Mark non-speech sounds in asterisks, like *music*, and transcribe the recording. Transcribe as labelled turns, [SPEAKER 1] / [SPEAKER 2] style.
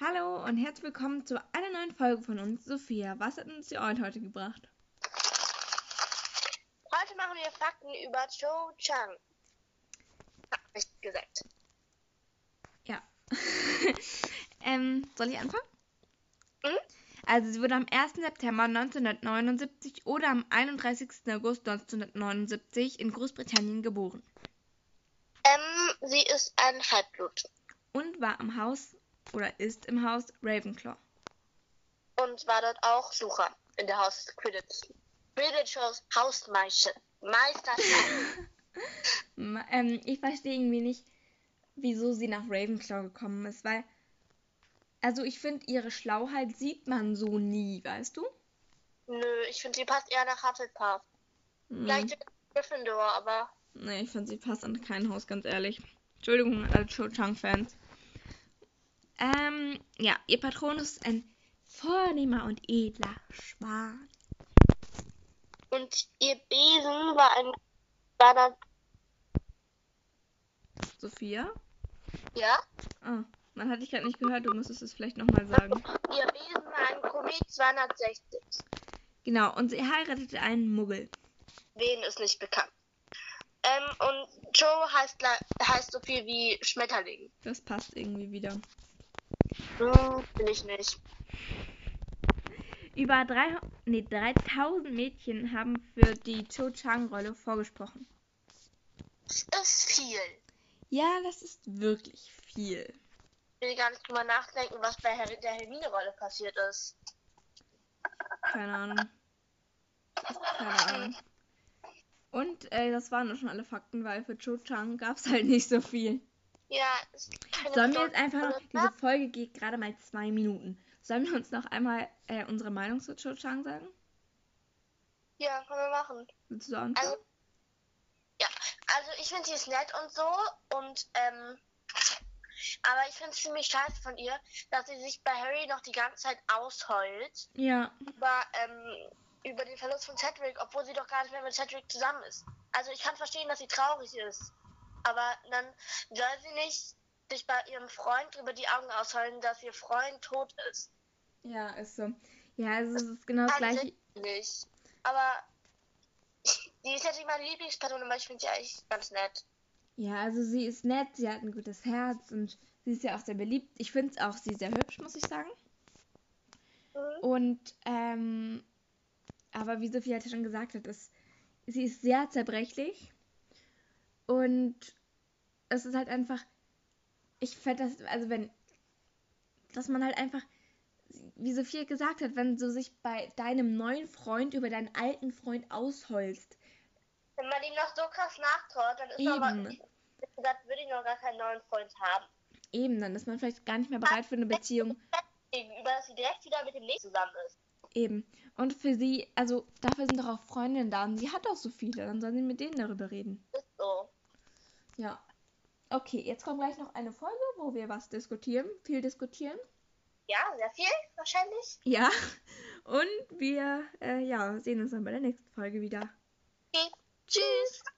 [SPEAKER 1] Hallo und herzlich willkommen zu einer neuen Folge von uns. Sophia, was hat uns die Old heute gebracht?
[SPEAKER 2] Heute machen wir Fakten über Cho Chang. Hab ich gesagt.
[SPEAKER 1] Ja. *laughs* ähm, soll ich anfangen?
[SPEAKER 2] Mhm.
[SPEAKER 1] Also sie wurde am 1. September 1979 oder am 31. August 1979 in Großbritannien geboren
[SPEAKER 2] Ähm, sie ist ein Halbblut
[SPEAKER 1] und war am Haus oder ist im Haus Ravenclaw.
[SPEAKER 2] und war dort auch Sucher in der Haus Quidditch. Quidditch Haus- Hausmeister. Meisterschaft.
[SPEAKER 1] Ma- Ähm, ich verstehe irgendwie nicht, wieso sie nach Ravenclaw gekommen ist, weil also ich finde ihre Schlauheit sieht man so nie, weißt du?
[SPEAKER 2] Nö, ich finde, sie passt eher nach Hufflepuff.
[SPEAKER 1] Mhm.
[SPEAKER 2] Vielleicht in Gryffindor, aber
[SPEAKER 1] Nee, ich finde, sie passt an kein Haus, ganz ehrlich. Entschuldigung, alle Cho Chang-Fans. Ähm, ja, ihr Patron ist ein vornehmer und edler Schwan.
[SPEAKER 2] und ihr Besen war ein kleiner,
[SPEAKER 1] Sophia?
[SPEAKER 2] ja?
[SPEAKER 1] Ah, man hat dich gerade nicht gehört, du müsstest es vielleicht nochmal sagen.
[SPEAKER 2] Ihr Besen war ein Komet 260.
[SPEAKER 1] Genau, und sie heiratete einen Muggel.
[SPEAKER 2] Wen ist nicht bekannt. Ähm, und Joe heißt, le- heißt so viel wie Schmetterling.
[SPEAKER 1] Das passt irgendwie wieder.
[SPEAKER 2] Hm, bin ich nicht.
[SPEAKER 1] Über drei, nee, 3000 Mädchen haben für die Cho Chang-Rolle vorgesprochen.
[SPEAKER 2] Ist viel.
[SPEAKER 1] Ja, das ist wirklich viel.
[SPEAKER 2] will gar nicht drüber nachdenken, was bei Her der Hermine-Rolle passiert ist.
[SPEAKER 1] Keine Ahnung. Keine Ahnung. Und äh, das waren auch schon alle Fakten, weil für Cho Chang gab es halt nicht so viel.
[SPEAKER 2] Ja, ist keine
[SPEAKER 1] Sollen wir
[SPEAKER 2] Bedeutung.
[SPEAKER 1] jetzt einfach noch, diese Folge geht gerade mal zwei Minuten. Sollen wir uns noch einmal äh, unsere Meinung zu Cho Chang sagen?
[SPEAKER 2] Ja, können wir machen.
[SPEAKER 1] Willst du anfangen?
[SPEAKER 2] Also- Ja, also ich finde sie ist nett und so und ähm, aber ich finde es ziemlich scheiße von ihr, dass sie sich bei Harry noch die ganze Zeit ausheult
[SPEAKER 1] Ja,
[SPEAKER 2] über, ähm, über den Verlust von Cedric, obwohl sie doch gar nicht mehr mit Cedric zusammen ist. Also ich kann verstehen, dass sie traurig ist, aber dann soll sie nicht sich bei ihrem Freund über die Augen ausheulen, dass ihr Freund tot ist.
[SPEAKER 1] ja, ist so. Ja, also es ist genau das
[SPEAKER 2] Eigentlich
[SPEAKER 1] gleiche.
[SPEAKER 2] Nicht. Aber die ist natürlich meine Lieblingsperson, aber ich finde sie eigentlich ganz nett.
[SPEAKER 1] Ja, also sie ist nett, sie hat ein gutes Herz und sie ist ja auch sehr beliebt. Ich finde es auch sie sehr hübsch, muss ich sagen.
[SPEAKER 2] Mhm.
[SPEAKER 1] Und, ähm, aber wie Sophie hatte schon gesagt hat, ist, sie ist sehr zerbrechlich. Und es ist halt einfach, ich fände das, also wenn, dass man halt einfach, wie Sophie gesagt hat, wenn du sich bei deinem neuen Freund über deinen alten Freund ausheulst.
[SPEAKER 2] Wenn man ihm noch so krass nachtraut, dann ist er aber,
[SPEAKER 1] Eben.
[SPEAKER 2] ehrlich gesagt, würde ich noch gar keinen neuen Freund haben.
[SPEAKER 1] Eben, dann ist man vielleicht gar nicht mehr bereit für eine Beziehung.
[SPEAKER 2] Gegenüber, dass sie direkt wieder mit dem nächsten zusammen ist.
[SPEAKER 1] Eben. Und für sie, also dafür sind doch auch Freundinnen da und sie hat auch so viele, dann soll sie mit denen darüber reden.
[SPEAKER 2] Ist so.
[SPEAKER 1] Ja. Okay, jetzt kommt gleich noch eine Folge, wo wir was diskutieren, viel diskutieren.
[SPEAKER 2] Ja, sehr viel wahrscheinlich.
[SPEAKER 1] Ja. Und wir, äh, ja, sehen uns dann bei der nächsten Folge wieder.
[SPEAKER 2] Okay. Tschüss.